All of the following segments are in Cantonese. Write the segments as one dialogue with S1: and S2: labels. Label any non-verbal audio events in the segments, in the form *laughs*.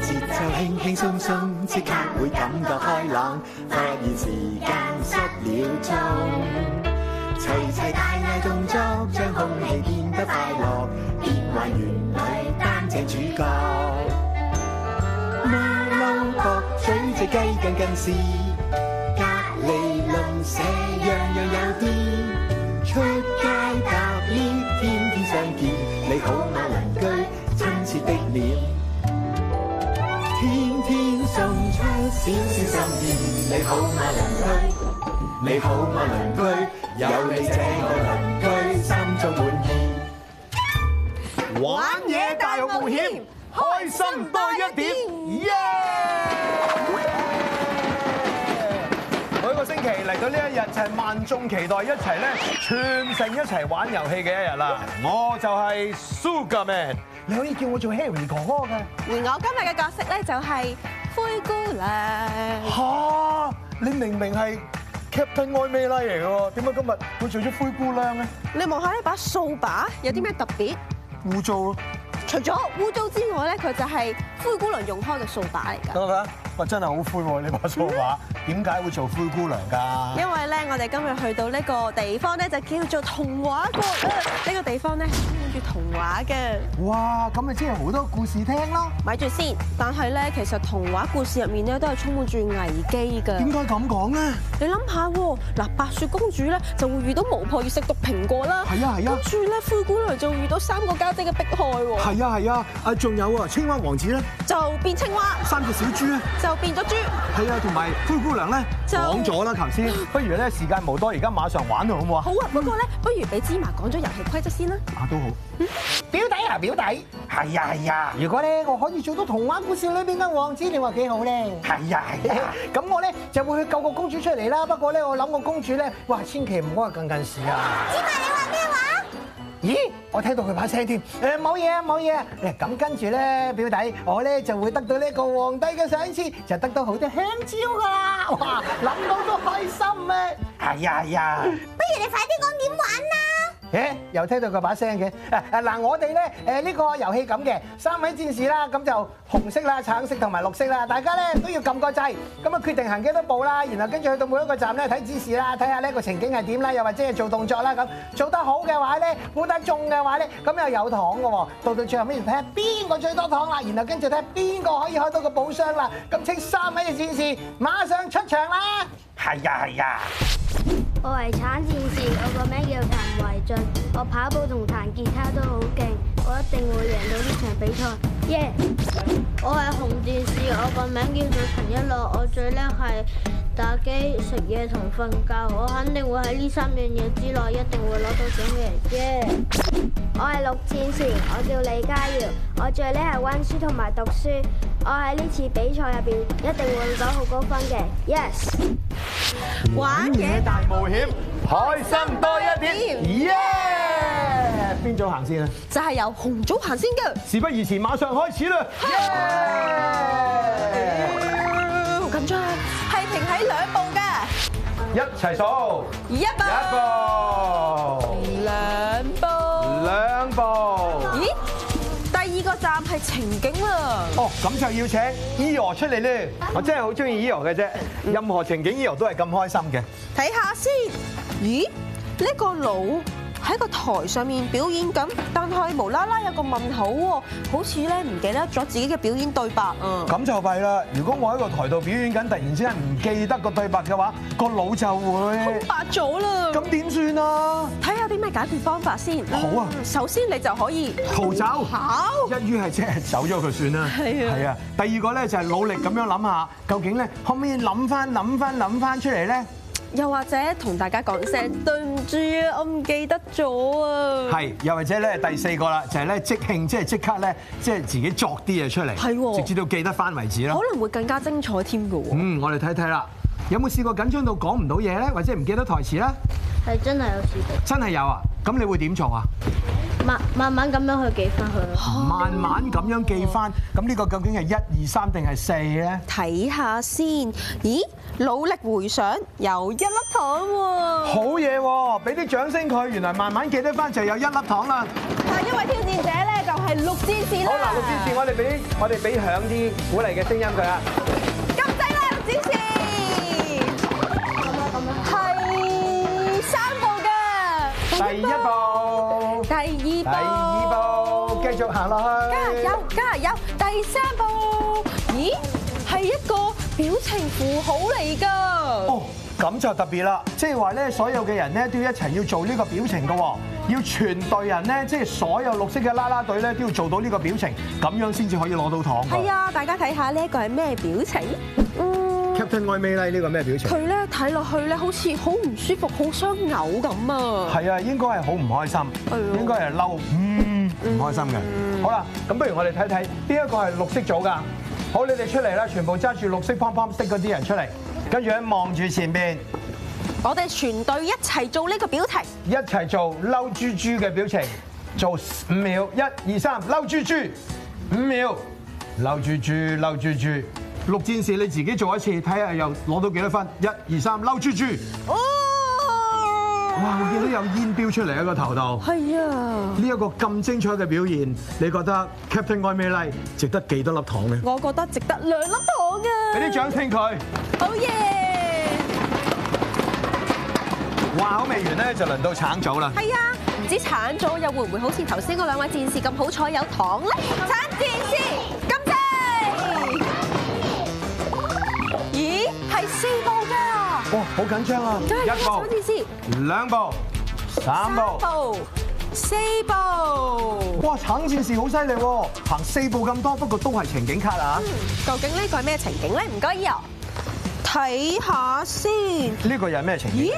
S1: 輕輕鬆鬆，即刻會感覺開朗，發現時間失了蹤。齊齊大嗌動作，將空氣變得快樂，變幻園裏擔正主角。馬騮駁嘴隻雞近近視，隔離鄰舍樣樣有啲。出街搭 lift 天天相見，你好嗎鄰居？親切的臉。天天送出少少心意，你好嗎鄰居？你好嗎鄰居？有你這個鄰居，心中滿意。
S2: 玩嘢大冒險，開心多一點，耶！每個星期嚟到呢一日就係萬眾期待一齊咧，全城一齊玩遊戲嘅一日啦。我就係 Sugar Man，你可以叫我做 Harry 哥哥㗎。
S3: 而我今日嘅角色咧就係灰姑娘，
S2: 嚇！你明明係 Captain 愛美拉嚟嘅喎，點解今日會做咗灰姑娘咧？
S3: 你望下呢把掃把有啲咩特別？
S2: 污糟咯，
S3: 除咗污糟之外咧，佢就係灰姑娘用開嘅掃把嚟㗎。
S2: 得唔得？哇！真係好灰喎，呢把掃把點解會做灰姑娘㗎？
S3: 因為咧，我哋今日去到呢個地方咧，就叫做童話國啦。呢個地方咧充滿住童話嘅。
S2: 哇！咁咪即係好多故事聽咯。
S3: 咪住先，但係咧，其實童話故事入面咧都係充滿住危機㗎。
S2: 點解咁講咧？
S3: 你諗下喎，嗱，白雪公主咧就會遇到巫婆要食毒蘋果啦，
S2: 係啊係啊
S3: 跟住咧灰姑娘就會遇到三個家姐嘅迫害喎，
S2: 係啊係啊，啊仲有啊，青蛙王子咧，
S3: 就變青蛙，
S2: 三隻小豬咧，
S3: 就變咗豬，
S2: 係啊，同埋灰姑娘咧，
S3: 就
S2: 講咗啦頭先。不如咧時間無多，而家馬上玩啦好唔好啊？
S3: 好啊，不過咧，不如俾芝麻講咗遊戲規則先啦。
S2: 啊都好。
S4: 表弟啊，表弟，係啊係啊，
S2: 如果咧我可以做到童話故事裏邊嘅王子，你話幾好咧？
S4: 係啊係啊，
S2: *laughs* 咁我咧就會去救個公主出嚟啦。不過咧，我諗個公主咧，哇，千祈唔好係近近視啊！芝麻，你話咩話？咦，我聽到佢把聲添。誒，冇嘢啊，冇嘢啊。誒，咁跟住咧，表弟，我咧就會得到呢個皇帝嘅賞賜，就得到好多香蕉㗎啦。哇，諗到都開心啊！
S4: 係啊係啊，
S2: 誒，又聽到佢把聲嘅。誒誒，嗱，我哋咧誒呢個遊戲咁嘅，三位戰士啦，咁就紅色啦、橙色同埋綠色啦，大家咧都要撳個掣，咁啊決定行幾多步啦，然後跟住去到每一個站咧睇指示啦，睇下呢個情景係點啦，又或者係做動作啦咁，做得好嘅話咧，估得中嘅話咧，咁又有糖嘅喎，到到最後尾睇下邊個最多糖啦，然後跟住睇下邊個可以開到個寶箱啦，咁請三位嘅戰士馬上出場啦！
S4: 係啊係啊，
S5: 我係橙戰士，我個名叫陳維俊，我跑步同彈吉他都好勁，我一定會贏到呢場比賽，耶、我係紅戰士，我個名叫做陳一樂，我最叻係打機、食嘢同瞓覺，我肯定會喺呢三樣嘢之內一定會攞到獎嘅，耶、我係綠戰士，我叫李嘉瑤，我最叻係温書同埋讀書，我喺呢次比賽入邊一定會攞好高分嘅，yes。
S2: 嗯
S3: 玩嘢大
S2: 冒險，開心多一點，耶！邊組行先啊？
S3: 就係由紅組行先嘅，
S2: 事不宜遲，馬上開始啦！
S3: 好緊張，係停喺兩步嘅，
S2: 一齊數，
S3: 一步，
S2: 步、
S3: 兩步，
S2: 兩步。
S3: 咦？第二個站係情景啦，
S2: 哦，咁就要請 Eo 出嚟咧。我真係好中意 Eo 嘅啫，任何情景 Eo 都係咁開心嘅。
S3: 睇下先。咦？呢個佬喺個台上面表演緊，但係無啦啦有個問號喎，好似咧唔記得咗自己嘅表演對白啊。
S2: 咁就弊啦！如果我喺個台度表演緊，突然之間唔記得個對白嘅話，個腦就會
S3: 白咗啦，
S2: 咁點算啊？
S3: 睇下有啲咩解決方法先。
S2: 好啊
S3: 嗯首先你就可以
S2: 逃走。
S3: 跑。
S2: 一於係即係 *laughs* 走咗佢算啦。
S3: 係啊
S2: 係啊。第二個咧就係努力咁樣諗下，究竟咧可唔可以諗翻、諗翻、諗翻出嚟咧？
S3: 又或者同大家講聲對唔住啊，我唔記得咗啊。
S2: 係，又或者咧第四個啦，就係咧即興，即係即刻咧，即係自己作啲嘢出嚟，
S3: 係喎
S2: 直至到記得翻為止啦
S3: 可。能會更加精彩添㗎喎。
S2: 嗯，我哋睇睇啦，有冇試過緊張到講唔到嘢咧，或者唔記得台詞咧？
S5: 係真係有試過，
S2: 真係有啊！咁你會點做啊？
S5: 慢慢慢咁樣去記翻佢咯。
S3: 哦
S2: 慢慢咁樣記翻，咁呢個究竟係一二三定係四咧？
S3: 睇下先，咦？努力回想有一粒糖喎。
S2: 好嘢喎！俾啲掌聲佢，原來慢慢記得翻就有一粒糖啦。
S3: 但啊因為挑戰者咧就係六戰士啦。
S2: 好嗱，六支持我哋俾我哋俾響啲鼓勵嘅聲音佢啊！
S3: 咁滯啦，六戰士。係三步㗎。
S2: 第一步，
S3: 第二步。
S2: 第二步，繼續行落去。
S3: 加油加油！第三步，咦，係一個表情符號嚟㗎。
S2: 哦，咁就特別啦，即係話咧，所有嘅人咧都要一齊要做呢個表情嘅喎，要全隊人咧，即係所有綠色嘅啦啦隊咧都要做到呢個表情，咁樣先至可以攞到糖㗎。
S3: 係啊，大家睇下呢一個係咩表情？嗯，
S2: ，Captain 愛美麗呢個咩表情？
S3: 佢咧睇落去咧好似好唔舒服，好想嘔咁啊！
S2: 係啊，應該係好唔開心
S3: 係啊，
S2: 應該係嬲，嗯，唔開心嘅。好啦，咁不如我哋睇睇邊一個係綠色組㗎？好，你哋出嚟啦，全部揸住綠色 pom pom 色嗰啲人出嚟，跟住咧望住前邊，
S3: 我哋全隊一齊做呢個表情，
S2: 一齊做嬲豬豬嘅表情，做五秒，一二三，嬲豬豬，五秒，嬲豬豬，嬲豬豬。綠戰士你自己做一次，睇下又攞到幾多分？一二三，嬲豬豬。
S3: 哦，
S2: 哇！我見到有煙飆出嚟喺個頭度。
S3: 係啊，
S2: 呢一個咁精彩嘅表現，你覺得 Captain 愛美麗值得幾多粒糖咧？
S3: 我覺得值得兩粒糖啊！
S2: 俾啲掌聲佢。
S3: 好嘢！
S2: 話口未完咧，就輪到橙組啦。
S3: 係啊，唔知鏟咗又會唔會好似頭先嗰兩位戰士咁好彩有糖咧？鏟戰士，咁滯！咦，係四步㗎，
S2: 哇！好緊張啊！
S3: 梗係啦鏟
S2: 一
S3: 戰士，
S2: 步、兩步、三
S3: 三
S2: 步。
S3: 步，四步。
S2: 哇！橙戰士好犀利喎，行四步咁多，不過都係情景卡啊！
S3: 究竟呢個係咩情景咧？唔該呀，睇下先。
S2: 呢個又係咩情景
S3: 咦，？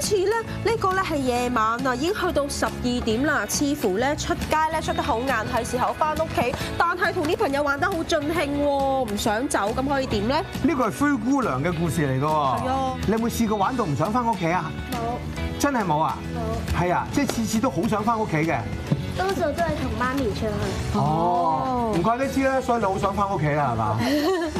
S3: 今次咧呢個咧係夜晚啊，已經去到十二點啦，似乎咧出街咧出得好晏，係時候翻屋企，但係同啲朋友玩得好盡興喎，唔想走，咁可以點咧？
S2: 呢個係灰姑娘嘅故事嚟㗎喎。
S3: 係啊
S2: 你有冇試過玩到唔想翻屋企啊？
S5: 冇
S2: 真係冇啊？
S5: 冇，
S2: 係啊，即係次次都好想翻屋企嘅。
S5: 多數都係同媽咪出去。
S2: 哦，唔怪得知啦，所以你好想翻屋企啦，係嘛？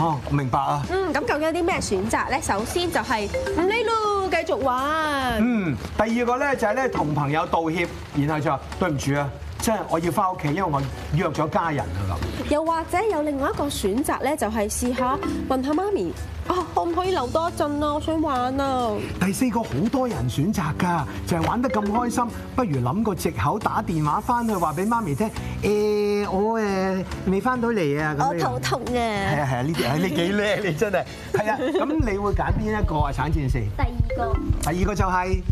S2: 哦，明白啊。
S3: 嗯，咁究竟有啲咩選擇咧？首先就係唔理咯，繼續玩。
S2: 嗯，第二個咧就係咧同朋友道歉，然後就話對唔住啊，即係我要翻屋企，因為我約咗家人啊咁。
S3: 又或者有另外一個選擇咧，就係試下問下媽咪啊，可唔可以留多一陣啊？我想玩啊！
S2: 第四個好多人選擇㗎，就係、玩得咁開心，不如諗個藉口打電話翻去話俾媽咪聽，誒、我誒、未翻到嚟啊咁樣。
S3: 痛
S2: 係
S3: 啊！
S2: 啊係啊，呢啲係你幾叻你真係。係啊，咁你會揀邊一個啊？產戰士。
S5: 第二個
S2: 第二個就係、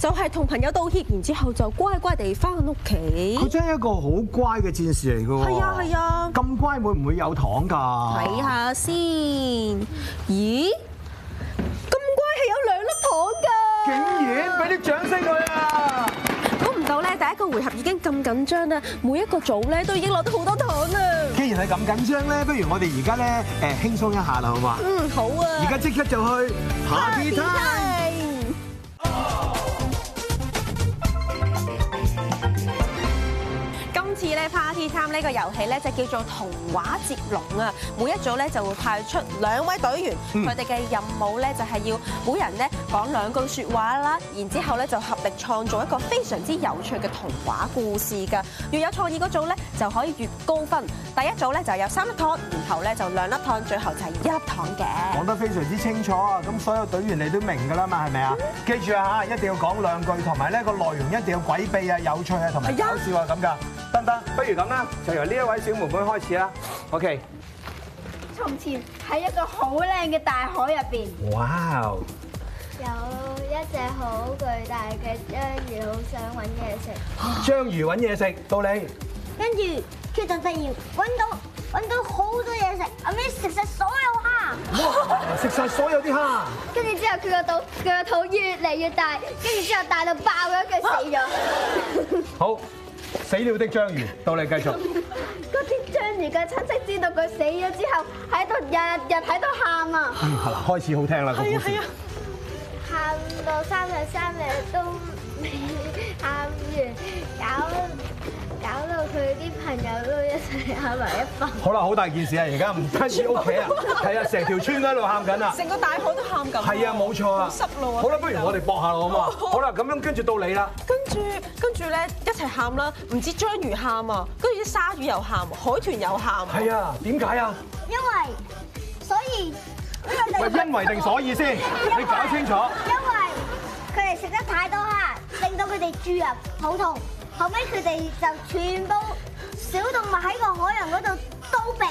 S3: 就係同朋友道歉，然之後就乖乖地翻屋企
S2: 佢。真係一個好乖嘅戰士嚟㗎喎。
S3: 係啊係啊
S2: 咁乖會唔會有糖㗎？
S3: 睇下先，咦？咁乖係有兩粒糖㗎。
S2: 竟然俾啲掌聲佢啊！
S3: 估唔到咧，第一個回合已經咁緊張啦，每一個組咧都已經攞到好多糖啊啦。
S2: 既然係咁緊張咧，不如我哋而家咧誒輕鬆一下啦，好嘛？
S3: 嗯，好啊。
S2: 而家即刻就去 Party Time！
S3: 今次咧 Party Time 呢個遊戲咧就叫做童話接龍啊！每一組咧就會派出兩位隊員，佢哋嘅任務咧就係要每人咧講兩句説話啦，然之後咧就合力創造一個非常之有趣嘅童話故事㗎。越有創意嗰組咧就可以越高分。第一組咧就有三粒糖，然後咧就兩粒糖，最後就係一粒糖嘅。
S2: 講得非常之清楚啊！咁所有隊員你都明㗎啦嘛，係咪啊？記住啊嚇，一定要講兩句，同埋呢個內容一定要詭秘啊、有趣啊，同埋
S3: 係
S2: 搞
S3: 啊
S2: 笑啊咁㗎。得唔得？不如咁啦，就由呢一位小妹妹開始啦。OK，
S5: 從前喺一個好靚嘅大海入邊，
S2: 哇哦！
S5: 有一隻好巨大嘅章魚，好想揾嘢食。
S2: 章魚揾嘢食，到你。
S5: 跟住佢就突然揾到揾到好多嘢食，後尾食晒所有蝦。
S2: 哇！食晒所有啲蝦。
S5: 跟住之後佢個肚佢個肚越嚟越大，跟住之後大到爆咗，佢死咗。
S2: 好，死了的章魚，到你繼續。
S5: 嗰啲章魚嘅親戚知道佢死咗之後，喺度日日喺度喊啊！
S2: 係啦，開始嗯好聽啦個故事。
S5: 喊到三日三日都未喊完，搞搞到佢啲朋
S6: 朋友都一齊合埋一份。
S2: 好啦，好大件事啊！而家唔單止屋企
S3: *laughs*
S2: 啊，係啊，成條村都喺度喊緊啊！
S3: 成個大海都喊緊。
S2: 係啊，冇錯啊。
S3: 好濕咯喎
S2: 好啦，不如我哋搏下咯，好
S3: *laughs*
S2: 嘛？
S3: 好
S2: 好啦，咁樣跟住到你啦。
S3: 跟住跟住咧一齊喊啦，唔止章魚喊啊，跟住啲鯊魚又喊，啊海豚又喊。
S2: 係啊，點解
S3: *laughs*
S2: 啊？
S6: 因為所以呢
S2: 喂，因為定所以
S3: *laughs*
S2: 先，你搞清楚。
S6: 因為佢哋食得太多蝦，令到佢哋注入肚痛，後尾佢哋就全部小動物喺個海洋嗰度都病，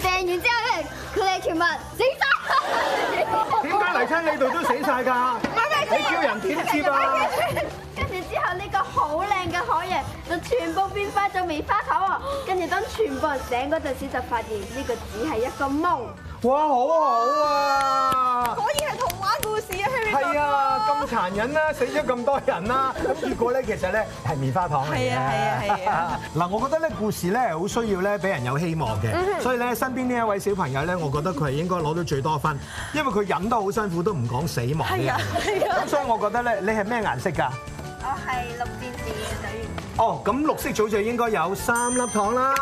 S6: 病完之後咧，佢哋全部死晒。
S2: 點解嚟親你度都死晒㗎？你叫人點接啊？
S6: 跟住之後呢個好靚嘅海洋就全部變化做棉花糖喎，跟住當全部人醒嗰陣時就發現呢個只係一個夢。
S2: 哇，好好啊！
S3: 果然係童話故事啊，Harry 哥
S2: 係啊，咁殘忍啦，死咗咁多人啦，咁結果咧其實咧係棉花糖嚟嘅。
S3: 係啊係啊係啊！
S2: *laughs* 嗱，我覺得咧故事咧係好需要咧俾人有希望
S3: 嗯
S2: 嘅，所以咧身邊呢一位小朋友咧，我覺得佢係應該攞到最多分，因為佢忍得好辛苦都唔講死亡呢
S3: 係
S2: 樣
S3: 啊係
S2: 嘢。
S3: 啊
S2: 咁所以我覺得咧，你係咩顏色㗎？
S6: 我係綠戰士嘅隊員。
S2: 哦，咁綠色組就應該有三粒糖啦。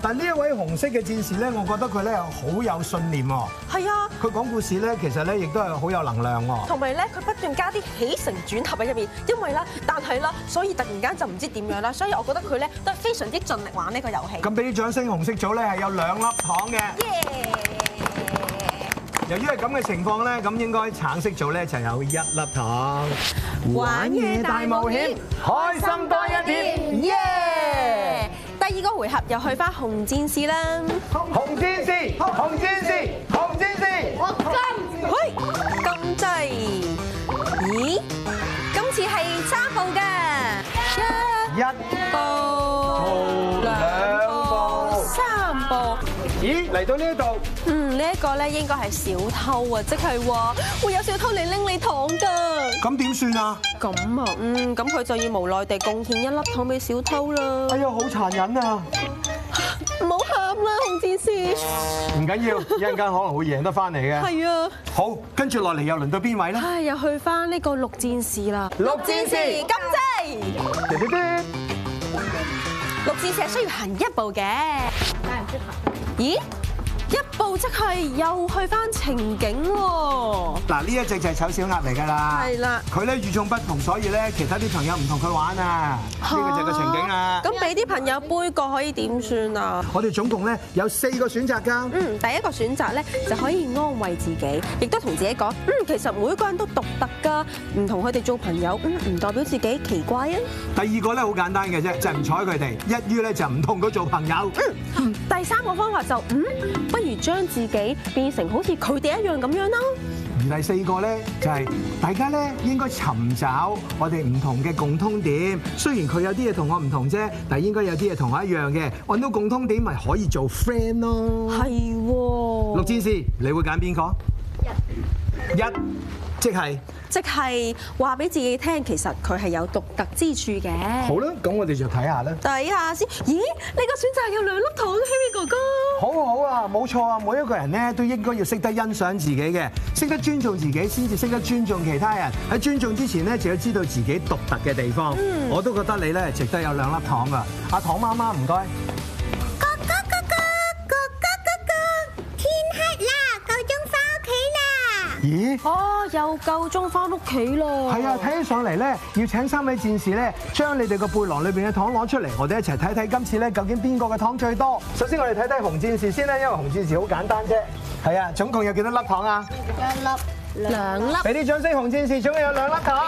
S2: 但呢一位紅色嘅戰士咧，我覺得佢咧好有信念喎，
S3: 係啊。
S2: 佢講故事咧其實咧亦都係好有能量喎。
S3: 同埋咧，佢不斷加啲起承轉合喺入面，因為啦，但係啦，所以突然間就唔知點樣啦，所以我覺得佢咧都係非常之盡力玩呢個遊戲。
S2: 咁俾啲掌聲，紅色組咧係有兩粒糖嘅。由於係咁嘅情況咧，咁應該橙色組咧就有一粒糖。
S3: 玩嘢大冒險
S2: 開心多一點，耶！
S3: 第二個回合又去翻紅戰士啦，
S2: 紅戰士，紅戰士，紅戰士。
S6: 我今
S3: 哦嘿，咁滯，咦？今次係三步嘅，一
S2: 一
S3: 步
S2: 步兩步
S3: 三步。
S2: 咦，嚟到呢一度，
S3: 嗯，呢一個咧應該係小偷啊，即係話會有小偷嚟拎你糖㗎。
S2: 咁點算啊？
S3: 咁啊，嗯，咁佢就要無奈地貢獻一粒糖俾小偷啦
S2: 哎。呀，好殘忍啊！
S3: 唔好喊啦，紅戰士。
S2: 唔緊要，一陣間可能會贏得翻嚟嘅。
S3: 係啊，
S2: 好，跟住落嚟又輪到邊位咧？
S3: 唉，又去翻呢個綠戰士啦。
S2: 綠戰士
S3: 金雞。
S2: 嘟嘟嘟
S3: 綠戰士係需要行一步嘅。
S6: 但唔識行。
S3: 咦？一步即係又去翻情景喎。
S2: 嗱，呢一隻就係醜小鴨嚟㗎啦。
S3: 係啦
S2: 佢咧與眾不同，所以咧其他啲朋友唔同佢玩啊。呢個就係個情景啦。
S3: 咁俾啲朋友杯葛可以點算啊？
S2: 我哋總共咧有四個選擇㗎。
S3: 嗯，第一個選擇咧就可以安慰自己，亦都同自己講，嗯，其實每個人都獨特㗎，唔同佢哋做朋友，嗯，唔代表自己奇怪啊。
S2: 第二個咧好簡單嘅啫，就係唔睬佢哋，一於咧就唔同佢做朋友。
S3: 嗯第三個方法就嗯，不如將自己變成好似佢哋一樣咁樣啦。
S2: 而第四個咧就係大家咧應該尋找我哋唔同嘅共通點。雖然佢有啲嘢同我唔同啫，但係應該有啲嘢同我一樣嘅，揾到共通點咪可以做 friend 咯。
S3: 係
S2: 陸
S3: 喎，
S2: 戰士，你會揀邊個？一，即係
S3: 即係話俾自己聽，其實佢係有獨特之處嘅。
S2: 好啦，咁我哋就睇下啦。
S3: 睇下先，咦？呢個選擇有兩粒糖，Harry 哥哥。
S2: 好好啊，冇錯啊，每一個人咧都應該要識得欣賞自己嘅，識得尊重自己，先至識得尊重其他人。喺尊重之前咧，就要知道自己獨特嘅地方。我都覺得你咧值得有兩粒糖啊！阿糖媽媽唔該，
S7: 哥哥哥哥哥哥哥哥，天黑啦，夠鐘翻屋企啦！
S2: 咦？
S3: 哦，又夠鐘翻屋企咯。
S2: 係啊，睇起上嚟咧，要請三位戰士咧，將你哋個背囊裏邊嘅糖攞出嚟，我哋一齊睇睇今次咧究竟邊個嘅糖最多。首先我哋睇睇紅戰士先啦，因為紅戰士好簡單啫。係啊，總共有幾多粒糖啊？
S3: 兩粒。
S2: 俾啲掌聲，紅戰士總共有兩粒糖。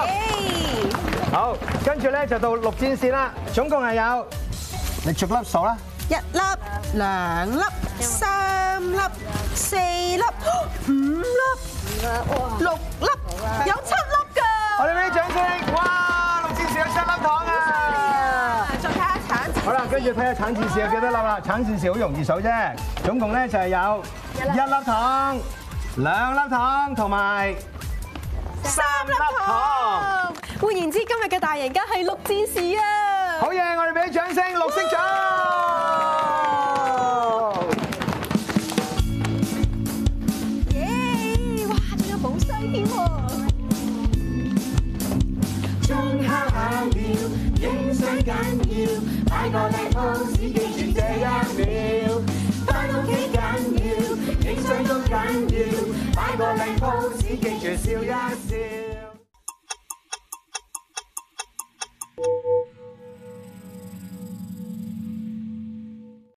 S2: 好，跟住咧就到六戰士啦，總共係有，你逐粒數啦。
S3: 一粒、兩粒、三粒、四粒、五粒、六粒，有七粒
S2: 我
S3: 㗎。
S2: 哋俾啲掌聲，哇！六戰士有七粒糖啊！
S3: 再睇下橙子。
S2: 好啦，跟住睇下橙戰士有幾多粒啦。橙戰士好容易數啫，總共咧就係有一粒糖、兩粒糖同埋三粒糖。
S3: 換言之，今日嘅大贏家係綠戰士啊！
S2: 好嘢，我哋俾啲掌聲，綠色組。
S3: 耶！哇，仲有冇西添喎！
S8: 將黑咬了，影相緊
S2: 緊要，擺個靚 pose 記住這一秒。翻屋企緊要，影相都緊要，擺個靚 pose 記住笑一笑。